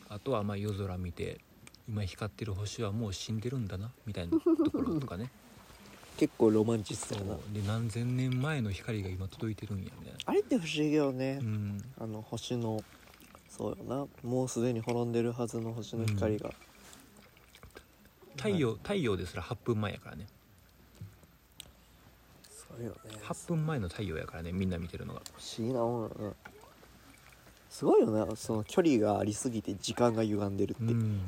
あとはまあ夜空見て今光ってる星はもう死んでるんだなみたいなところとかね
結構ロマンチス
そ
トやな
うで何千年前の光が今届いてるんやみたい
あれって不思議よね
な、うん
あの星のそうよなもうすでに滅んでるはずの星の光が、
太陽太陽ですら8分前やからね
そうよね
8分前の太陽やからねみんな見てるのが
不思議なもんよねすごいよなその距離がありすぎて時間が歪んでるって、
うん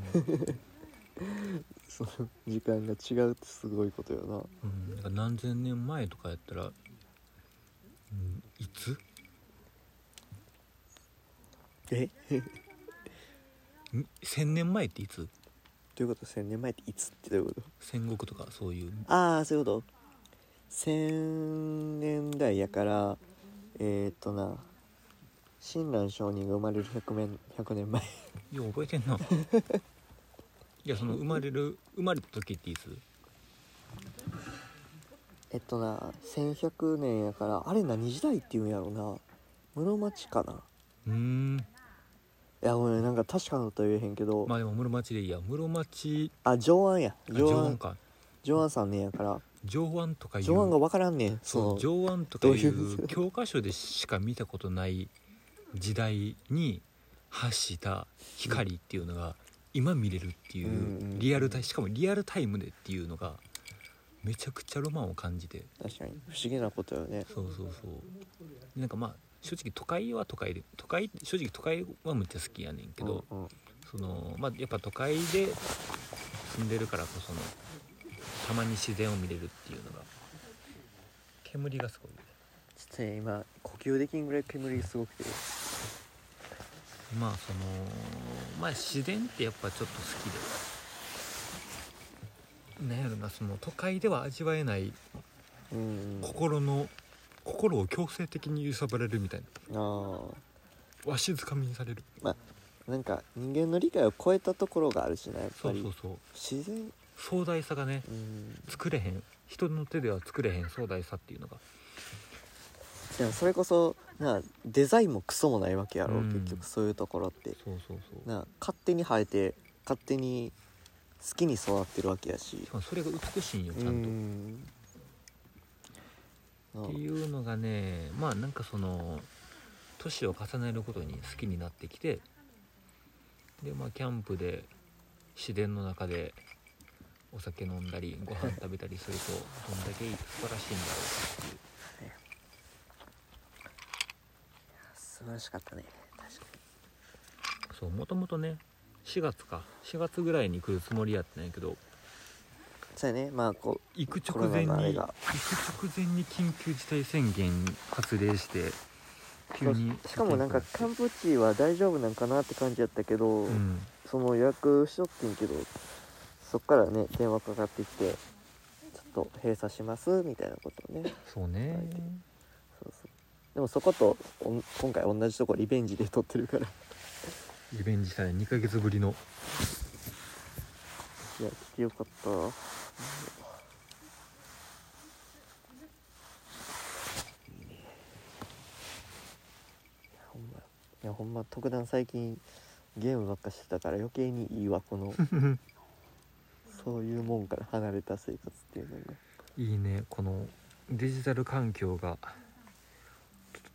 その時間が違うってすごいことよな
うんだから何千年前とかやったら、うん、いつ
えど
ん1000年前っていつ
ういうこと1000年前っていつってどういうこと
戦国とかそういう
ああそういうこと1000年代やからえー、っとな親鸞上人が生まれる100年 ,100 年前
よう覚えて んないやその生まれる生まれた時っていつ
えっとな1100年やからあれ何時代っていうんやろな室町かな
うーん
いやごめんなんか確かなことは言えへんけど、
まあでも室町でいいや室町
あ上腕や
あ
上
上腕
腕
か
上腕さんねやから
上腕とかいう
上腕が分からんねん
そう
う
上腕とかい
どういう
う教科書でしか見たことない時代に発した光っていうのが今見れるってい
うんうんう
うんリアルタイしかもリアルタイムでっていうのがめちゃくちゃロマンを感じて
確かに不思議なことよね
そうそうそうでなんかまあ正直都会は都会で都会正直都会はむっちゃ好きやねんけど、
うんうん
そのまあやっぱ都会で住んでるからこそのたまに自然を見れるっていうのが煙がすごいよね
ちょっとね今呼吸できんぐらい煙すごくて
まあそのまあ自然ってやっぱちょっと好きでなんやろなその都会では味わえない
うんうん
心の心を強制的に揺さぶられるみたい
ああ
なわしづかみにされる
まあなんか人間の理解を超えたところがあるしなやっ
そ
ぱ
う
り
そうそう
自然
壮大さがね
うん
作れへん人の手では作れへん壮大さっていうのが
でもそれこそなあデザインもクソもないわけやろ、
うん
結局そういうところって
そうそうそう
なあ勝手に生えて勝手に好きに育ってるわけやし
しかもそれが美しいんよ
う
ちゃんと
んなあ
っていうのがねまあなんかその年を重ねることに好きになってきてでまあキャンプで自然の中でお酒飲んだりご飯食べたりするとどんだけ素晴らしいんだろうかっ
素晴らしかったね確か
ていうそうもともとね4月か4月ぐらいに来るつもりやったんやけど
にそうやねまあこ
行く
コ
直
ロナ
前
のあれ
に行
が
く直前に緊急事態宣言発令して急に
うしかもなんかキャンプ地は大丈夫なんかなって感じやったけど、
うん
その予約しとってんけどそっからね電話かかってきてちょっと閉鎖しますみたいなことをね
そうね
そうそうでもそことおん今回同じとこリベンジで撮ってるから
リベンジしたね2ヶ月ぶりの
いや来てよかったわいいねいやほんまいやほんま特段最近ゲームばっかしてたから余計にいいわこ のそういうもんから離れた生活っていうのが
いいねこのデジタル環境がと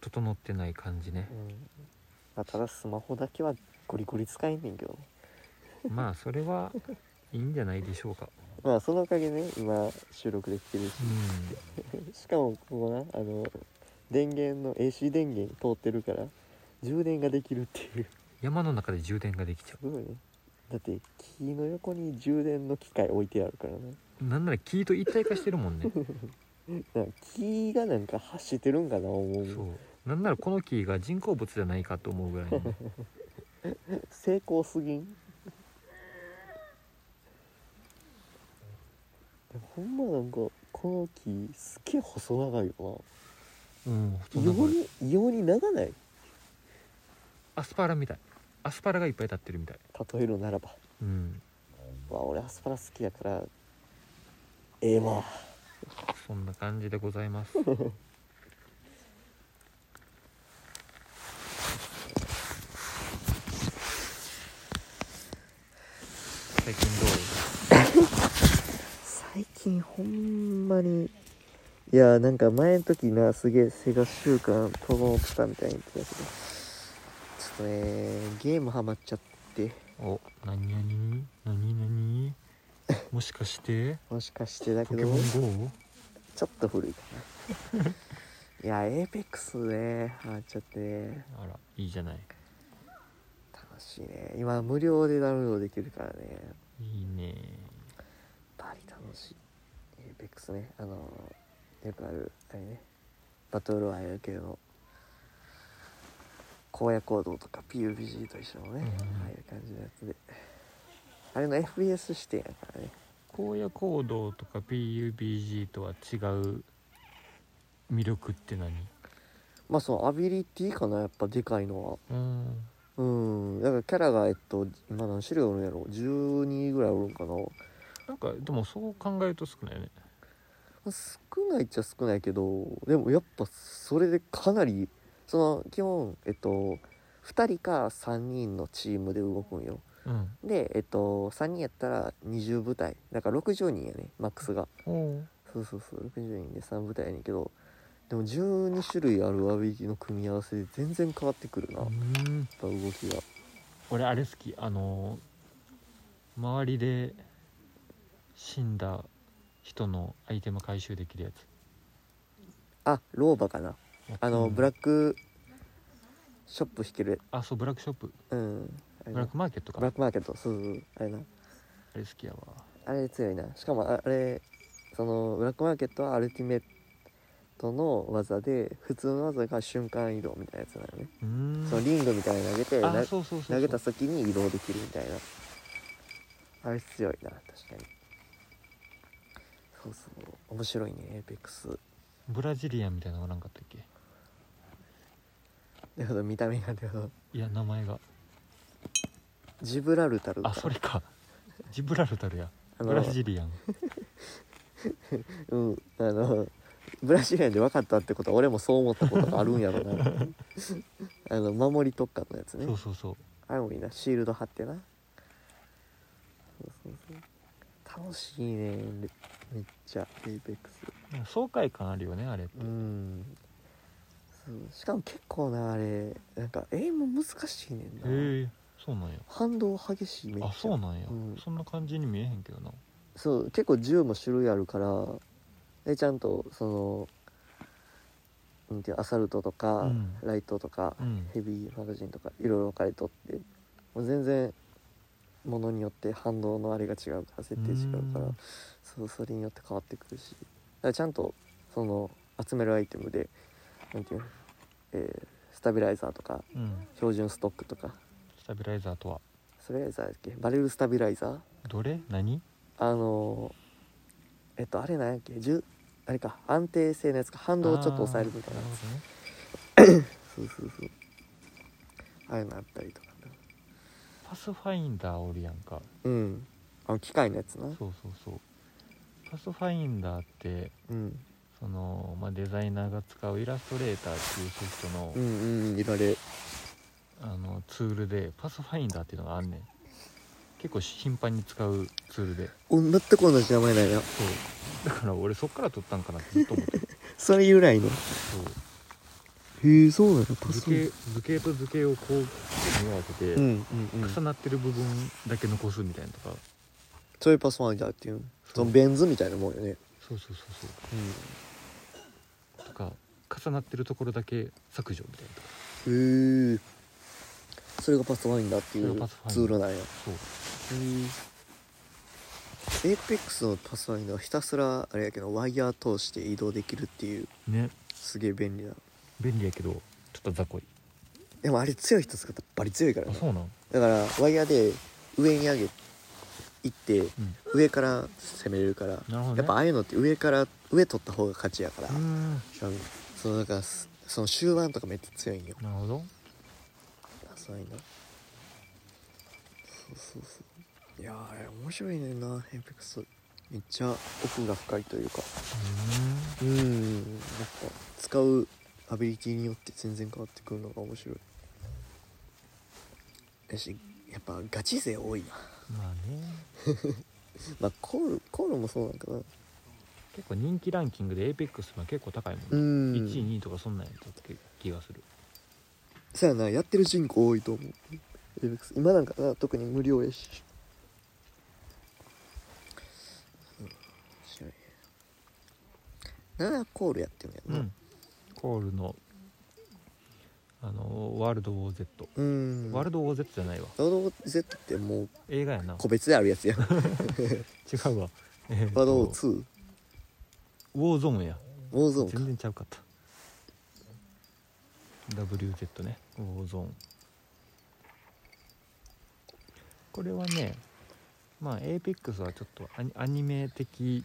整ってない感じね
うんまあ、ただスマホだけはゴリゴリ使えんねんけどね
まあそれはいいんじゃないでしょうか
まあそのおかげね今収録できてるし
う
しかもここなあの電源の AC 電源通ってるから充電ができるっていう
ん山の中で充電ができちゃ
すごいねだって木の横に充電の機械置いてあるからね
うなんなら木と一体化してるもんね
なんか木がなんか発してるんかな思
そううなんならこの木が人工物じゃないかと思うぐらいのね
成功すぎんでもほんまなんかこの木すっげえ細長いよ
うん
な
そ
異
んな
様
これ
に異様に長ない
アスパラみたいアスパラがいっぱい立ってるみたい
例えるならば
うん
まあ俺アスパラ好きやからええわ
そんな感じでございます最近どう
最近ほんまにいやなんか前の時なすげえ生活習慣整ってたみたいに言ってたけどちょっとねゲームハマっちゃって
お何何何何もしかして
もしかしてだけ
ポケ
ど
モ
ち
ン GO?
ょっと古いかないやエーペックスねハマっちゃってね
あらいいじゃない
楽しいね今無料でダウンロードできるからね
いいね
バリ楽しいエーペックスねあのよくあるあれねバトルロワイヤル系の荒野行動とか PUBG と一緒のね、
うん
ああいう感じのやつであれの FPS 視点やからね
荒野行動とか PUBG とは違う魅力って何
まあそのアビリティかなやっぱでかいのは
うん
うんだからキャラがえっと今何種類おるんやろ12ぐらいおるんかな
なんかでもそう考えると少ないね
少ないっちゃ少ないけどでもやっぱそれでかなりその基本えっと2人か3人のチームで動くんよ
うん
でえっと3人やったら20部隊だから60人やねマックスが
おう
そうそうそう60人で3部隊やねんけどでも12種類あるアビリティの組み合わせで全然変わってくるなやっ
ん
ぱ動きが
俺あれ好きあのー周りで死んだ人のアイテム回収できるやつ
あ老婆かなあの、
うん
ブラックショップ引ける
あそうブラックショップ
うんあれ
ブ
な
ラックマーケットか
ブラックマーケットそうそうそうあれな
あれ好きやわ
あれ強いなしかもああれそのブラックマーケットはアルティメットの技で普通の技が瞬間移動みたいなやつなのね、
うーん
そのリングみたいに投げてな
あそうそうそうそう
投げた先に移動できるみたいなあれ強いな確かにそうそう面白いねエーペックス
ブラジリアンみたいなのがなんかあったっけ
なるほど見た目がなるほど
いや名前が
ジブラルタル
あそれかジブラルタルや
あの
ブラジリアン
うんあのブラジリアンで分かったってことは俺もそう思ったことがあるんやろ なあの守り特化のやつね
そうそうそう
あれもいいなシールド貼ってなそうそうそう楽しいねめめっちゃエイペックス
なんか爽快感あるよねあれって
うんそうしかも結構なあれなんかエイム難しいねんな、
へえそうなんや
反動激しいめっちゃ
あそうなんや、
うん
そんな感じに見えへんけどな
そう結構銃も種類あるからでちゃんとそのなんていうアサルトとか、
うん
ライトとか、
うん
ヘビーマガジンとかいろいろ分かれとってもう全然ものによって反動のあれが違うから設定違うから
うん
そうそれによって変わってくるしだからちゃんとその集めるアイテムでなんていうの、えースタビライザーとか
うん
標準ストックとか
スタビライザーとは
スタビライザーだっけバレルスタビライザー
どれ何
あのえっとあれなんやっけじゅあれか安定性のやつか反動をちょっと抑えるみたいな
あー
や
る
つそ
ほどね
うそうそうああいうのあったりとかね
パスファインダーおるやんか
うんあの機械のやつな
そうそうそうパスファインダーって
うん
その、まあ、デザイナーが使うイラストレーターっていうソフトの,、
うんうんいられ
あのツールでパスファインダーっていうのがあんねん結構頻繁に使うツールで
お全く同じ名前なんや
そうだから俺そっから取ったんかなってずっと思ってる
それ由来のへ
そ
えそうなの
う
パ
図
ソ
形図形と図形をこう組み合わせて、
うんうんうん
重なってる部分だけ残すみたいなとか
そういうパスファインダーっていう
そ
そうのベン図みたいなもんよね
そうそうそうそうとか重なってるところだけ削除みたいなとか
うんへえそれがパスファインダーってい
それが
う
パスファインダー
ツールなんや
そう
エイペックスのパスワインダーはひたすらあれやけどワイヤー通して移動できるっていう
ね
すげえ便利な
便利やけどちょっと雑魚い
でもあれ強い人使ったらバリ強いから
あ
な
そうなん
だからワイヤーで上に上げ行って
うん
上から攻めれるから
なるほどね
やっぱああいうのって上から上取った方が勝ちやから
うーん
そうだからすその終盤とかめっちゃ強いんよ
なるほど
パスワインダーそうそうそういやーあれ面白いねんなエイペックスめっちゃ奥が深いというか
うー
うんなんか使うアビリティによって全然変わってくるのが面白いやしやっぱガチ勢多いなん
まあね
まあコールコールもそうなんかな
結構人気ランキングで APEX は結構高いもん、ね
うん
1位2位とかそんなんやったっけ気がする
そやなやってる人口多いと思う ABEX 今なんかな特に無料やし、うん、面白いね7コールやってる
うん
や
んコールのあのワールド OZ、
なうん
ワ
ワ
ールド OZ じゃないわ
ールド Z ってもう
映画やな
個別であるやつ やんワー
違うわえーっと
ルド 2?
ウォーゾーンや
ウォーゾーンか
全然ちゃうかった WZ ねウォーゾーンこれはねまあ APEX はちょっとアニアニメ的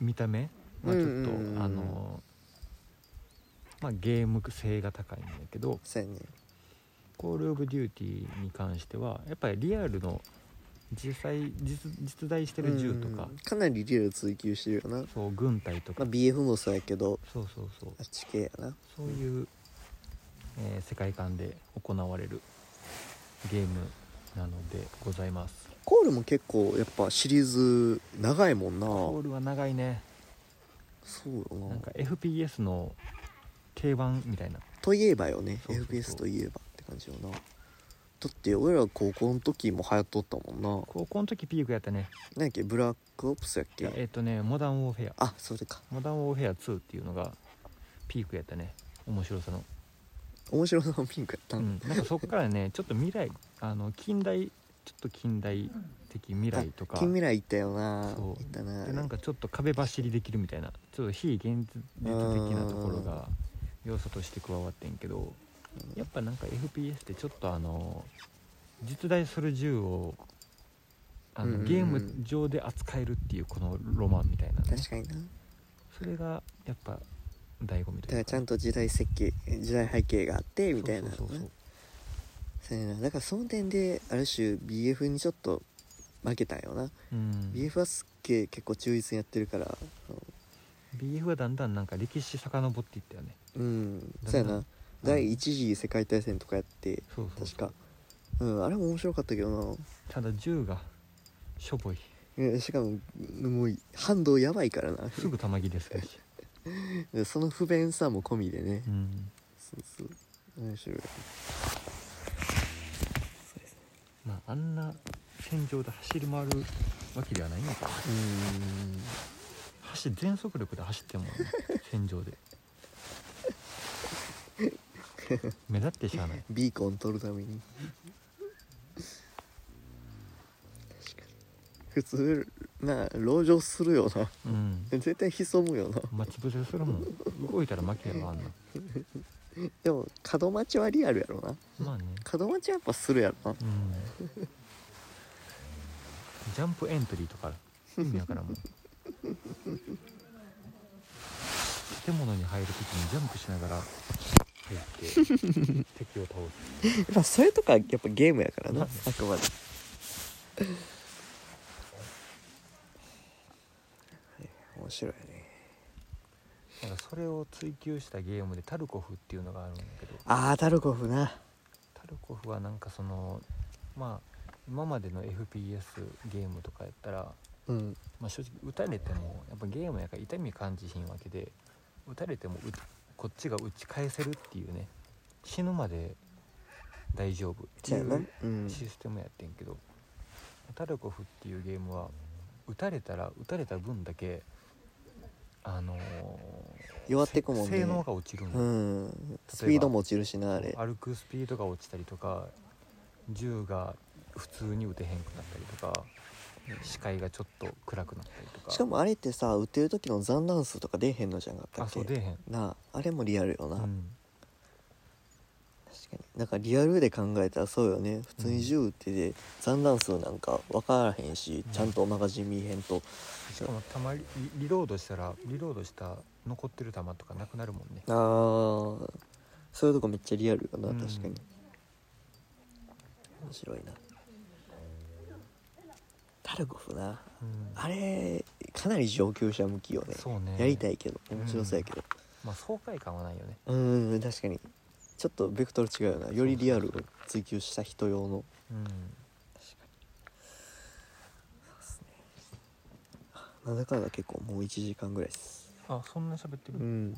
見た目はちょっと、
うんうんうんうん
あのまあゲーム性が高いんだけど
そうやね
コール・オブ・デューティーに関してはやっぱりリアルの実際実実在してる銃とか、
うんかなりリアル追求してるよな、ま
そう軍隊と
あ、
か、
BF もそうやけど
そうそうそう
あっち系やな
そういう、えー世界観で行われるゲームなのでございます
コールも結構やっぱシリーズ長いもんな
コールは長いね
そうよな
なんか FPS の定番みたいな
といえばよね
そうそうそう
FPS といえばって感じよなだって俺ら高校の時も流行っとったもんな
高校の時ピークやったね
何やっけブラックオプスやっ
いやえ
け
っ、とねモダンウォーフェア
あそれか
モダンウォーフェア2っていうのがピークやったね面白さの
面白さのピンクやった、
うんん、なんかそっからねちょっと未来あの近代ちょっと近代的未来とか
近未来行ったよな行
そう
ったな
でなんかちょっと壁走りできるみたいなちょっと非現実的なところが要素として加わってんけどやっぱなんか FPS ってちょっとあの実在する銃をあ
うんうん
の
うん
ゲーム上で扱えるっていうこのロマンみたいな、ね
確、かにな
それがやっぱ醍醐味
だ
と
か
い
ら
う
ちゃんと時代設計時代背景があってみたいな
そうそうそう
そうやなだからその点である種 BF にちょっと負けたんよな、
そう、うん、
BF はすっげえ結構忠実にやってるから
BF はだんだんなんか歴史遡っていったよね
うんそうや
だんだん
な
う
ん第一次世界大戦とかやって
そうそう
確かうんあれも面白かったけど
ただ銃がしょぼい
なうんしかももう反動やばいからな
すぐ弾切れする し、
でその不便さも込みでね
うん、
そうそう面白い
まああんな戦場で走り回るわけではないんだけどね
うん
走全速力で走ってんもんね戦場で目立ってしゃあない
ビーコン取るために確かに普通な籠城するよな
うん
絶対潜むよな
待ち伏せするもん動いたら負けやろあんな
でも角待ちはリアルやろな
まあね
角待ちはやっぱするやろな
うんジャンプエントリーとかある意味わからんもん建物に入るときにジャンプしながら入って敵を倒す
やっぱそれとかやっぱゲームやからな
ま
あくまで面白いね
なんかそれを追求したゲームでタルコフっていうのがあるんだけど
あータルコフな
タルコフはなんかそのまあ今までの FPS ゲームとかやったら、
うん
まあ、正直撃たれてもやっぱゲームやから痛み感じひんわけで撃たれても撃こっちが打ち返せるっていうね死ぬまで大丈夫って
じゃ
い
あな
う
うん
システムやってんけど、タルコフっていうゲームは撃たれたら撃たれた分だけあのー
弱ってくもんね
性能が落ちるんだ
う
よ
んスピードも落ちるしなあれ
歩くスピードが落ちたりとか銃が普通に撃てへんくなったりとか視界がちょっと暗くなったりとか
しかもあれってさ売ってる時の残弾数とか出えへんのじゃんかった
あ
っけ
そう出えへん、
なああれもリアルよな、
うん、
確かになんかリアルで考えたらそうよね普通に銃撃ってで残弾数なんか分からへんし、
うん
ちゃんとマガジン見えへんと
しかもたまりリリロードしたらリロードした残ってる弾とかなくなるもんね
あーそういうとこめっちゃリアルよな
うん
確かに、面白いなタルコフな
うん
あれかなり上級者向きよね
そうね
やりたいけど面白そうやけど
まあ爽快感はないよね
うんん確かにちょっとベクトル違うよなよりリアルを追求した人用の
うん
なんだかんだ結構もう1時間ぐらいです
あそんな喋って
う
る、
ん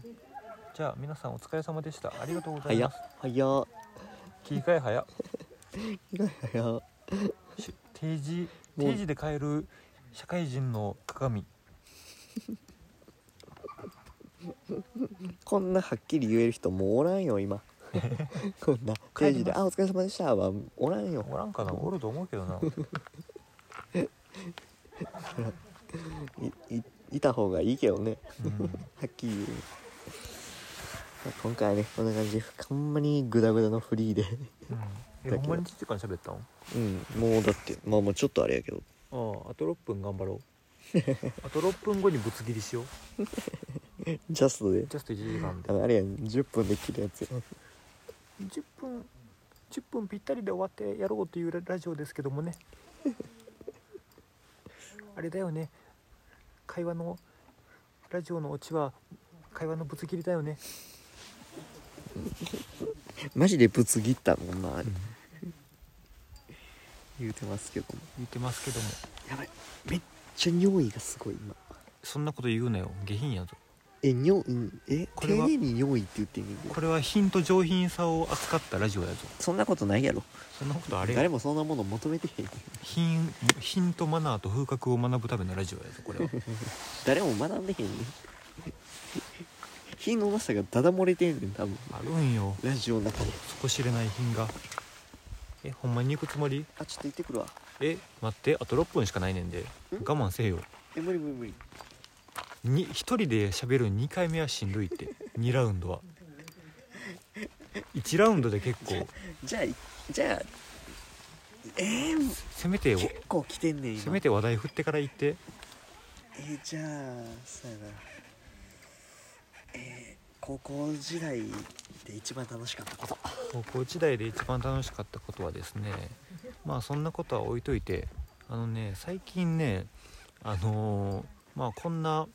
じゃあ皆さんお疲れ様でしたありがとうござい
早
ま
っ
す
早っ
切り替え早っ
早っ
し定時
もう
定時で帰る社会人の鏡
こんなはっきり言える人もうおらんよ 今こんな定時で「あお疲れ様でした」はおらんよ
おらんかなおると思うけどな
いいいた方がいいけどね
うん
はっきり言うまあ今回はねこんな感じほんまにグダグダのフリーで
うん
だけ
え
ど
ほんまに1時間喋ったん
うんもうだってまあまあちょっとあれやけど
あああと6分頑張ろ うあと6分後にぶつ切りしよう
ジャストで
ジャスト1時間で
あのあれやん10分で切るやつや
10分10分ぴったりで終わってやろうというララジオですけども ねあれだよね会話のラジオのオチは会話のぶつ切りだよね
マジでぶつ切ったもんな、言うてますけども
言ってますけども
やばいめっちゃ尿意がすごい今
そんなこと言うなよ下品やぞ
え尿意え
こ
丁
れは
寧に尿意って言ってみる
これは品と上品さを扱ったラジオやぞ
そんなことないやろ
そんなことあれ
誰
や
もそんなもの求めてへん
品品とマナーと風格を学ぶためのラジオやぞこれは
誰も学んでへんねん品のなさがダダ漏れてんねん多分
あるんよ
ラジオの中で
底知れない品がえほんまに行くつもり
あちょっと行ってくるわ
え待ってあと6分しかないねんで我慢せえよ
え無理無理無理
に一人で喋る2回目はしんどいって2ラウンドは1ラウンドで結構
じゃあじゃあえー、
せめて
結構来てんねん今
せめて話題振ってから行って
えーじゃあそうやなえー高校時代で一番楽しかったこと
高校時代で一番楽しかったことはですねまあそんなことは置いといてあのね最近ねあのーまあこんな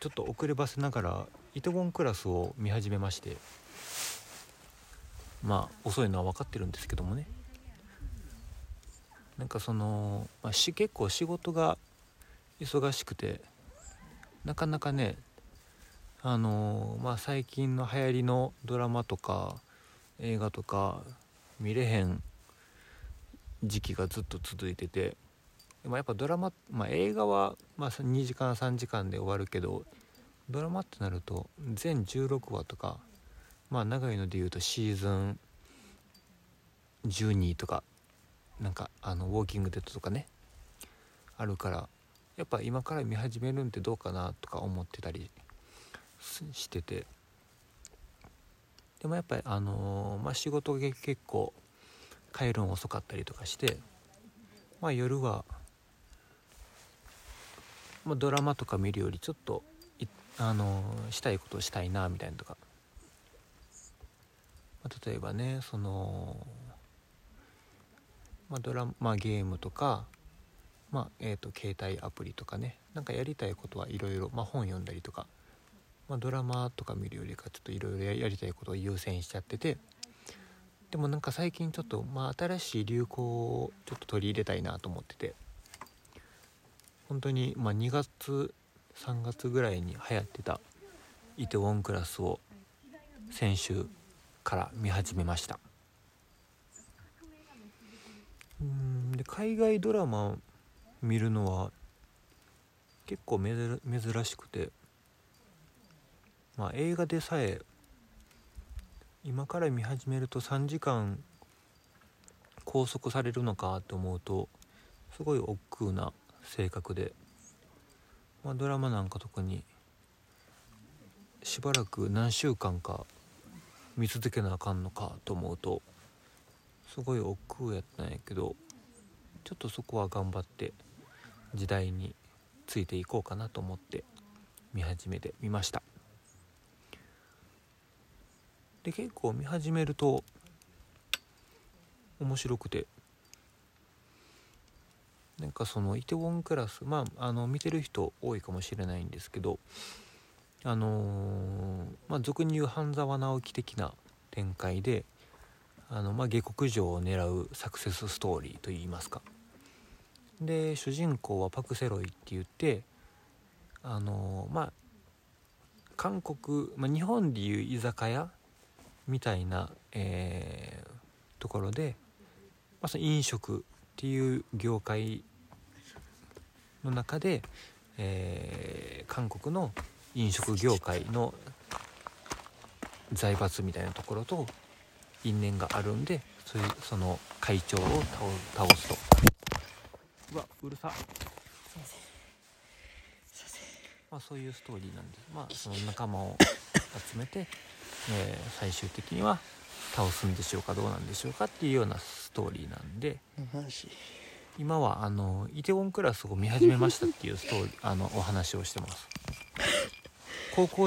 ちょっと遅ればせながらイテウォンクラスを見始めましてまあ遅いのは分かってるんですけどもねなんかその、まあ、し結構仕事が忙しくてなかなかねあのーまあ最近の流行りのドラマとか映画とか見れへん時期がずっと続いてて、まあ、やっぱドラマ、まあ、映画はまあ2時間3時間で終わるけどドラマってなると全16話とかまあ長いので言うとシーズン12とかなんかあの「ウォーキングデッド」とかねあるからやっぱ今から見始めるんってどうかなとか思ってたりししててでもやっぱりあのーまあ、仕事が結構帰るの遅かったりとかして、まあ、夜は、まあ、ドラマとか見るよりちょっとい、あのーしたいことをしたいなみたいなとか、まあ、例えばねその、まあ、ドラマゲームとか、まあえー、と携帯アプリとかねなんかやりたいことはいろいろまあ本読んだりとかまあ、ドラマとか見るよりかちょっといろいろやりたいことを優先しちゃっててでもなんか最近ちょっと、まあ、新しい流行をちょっと取り入れたいなと思ってて本当にまあ2月3月ぐらいに流行ってた「イテウォンクラス」を先週から見始めましたうーんで海外ドラマ見るのは結構めずら珍しくてまあ、映画でさえ今から見始めると3時間拘束されるのかと思うとすごい億劫な性格で、まあ、ドラマなんか特にしばらく何週間か見続けなあかんのかと思うとすごい億劫やったんやけどちょっとそこは頑張って時代についていこうかなと思って見始めてみました。で結構見始めると面白くてなんかそのイテウォンクラスまああの見てる人多いかもしれないんですけどあのーまあ俗に言う半沢直樹的な展開であの、まあ、下克上を狙うサクセスストーリーといいますかで主人公はパク・セロイって言ってあのーまあ韓国、まあ、日本でいう居酒屋みたいな、えーところで、まあ、その飲食っていう業界の中で、えー韓国の飲食業界の財閥みたいなところと因縁があるんでそういうその会長を倒倒すとうわうるさまあ、そういうストーリーなんです、まあ、その仲間を集めてえー最終的には倒すんでしょうかどうなんでしょうかっていうようなストーリーなんで
マジ
今はあのイテウォンクラスを見始めましたっていうストーリーあのお話をしてます高校